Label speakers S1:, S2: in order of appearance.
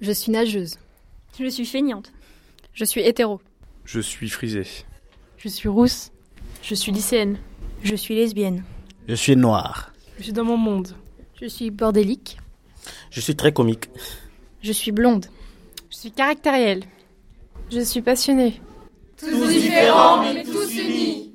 S1: Je suis nageuse.
S2: Je suis feignante.
S3: Je suis hétéro.
S4: Je suis frisée.
S5: Je suis rousse.
S6: Je suis lycéenne.
S7: Je suis lesbienne.
S8: Je suis noire.
S9: Je suis dans mon monde.
S10: Je suis bordélique.
S11: Je suis très comique.
S12: Je suis blonde.
S13: Je suis caractérielle.
S14: Je suis passionnée.
S15: Tous différents mais tous unis.